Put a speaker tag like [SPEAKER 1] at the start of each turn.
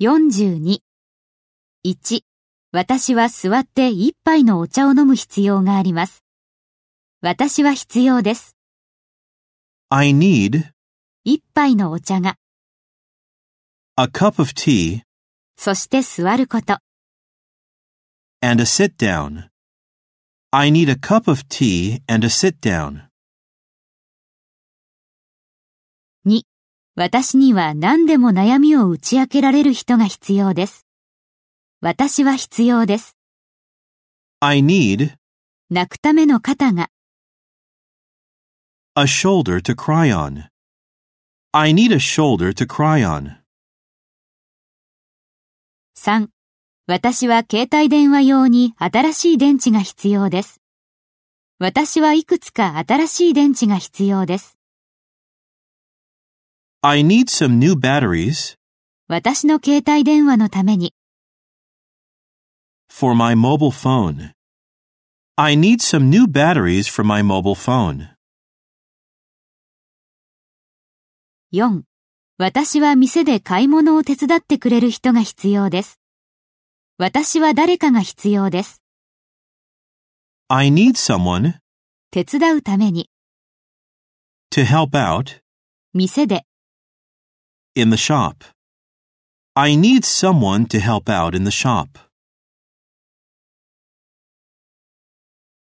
[SPEAKER 1] 42.1. 私は座って一杯のお茶を飲む必要があります。私は必要です。
[SPEAKER 2] I need
[SPEAKER 1] 一杯のお茶が、
[SPEAKER 2] a cup of tea
[SPEAKER 1] そして座ること。
[SPEAKER 2] and a sit down. I need a cup of tea and a sit down.
[SPEAKER 1] 私には何でも悩みを打ち明けられる人が必要です。私は必要です。
[SPEAKER 2] I need
[SPEAKER 1] 泣くための肩が、
[SPEAKER 2] a shoulder to cry on. I need a shoulder to cry on.
[SPEAKER 1] 3. 私は携帯電話用に新しい電池が必要です。私はいくつか新しい電池が必要です。
[SPEAKER 2] I need some new batteries
[SPEAKER 1] 私の携帯電話のために、
[SPEAKER 2] for my mobile phone. I need some new batteries for my mobile phone.
[SPEAKER 1] 4. 私は店で買い物を手伝ってくれる人が必要です。私は誰かが必要です。
[SPEAKER 2] I need someone
[SPEAKER 1] 手伝うために、
[SPEAKER 2] to help out
[SPEAKER 1] 店で、
[SPEAKER 2] in the shop. I need someone to help out in the shop.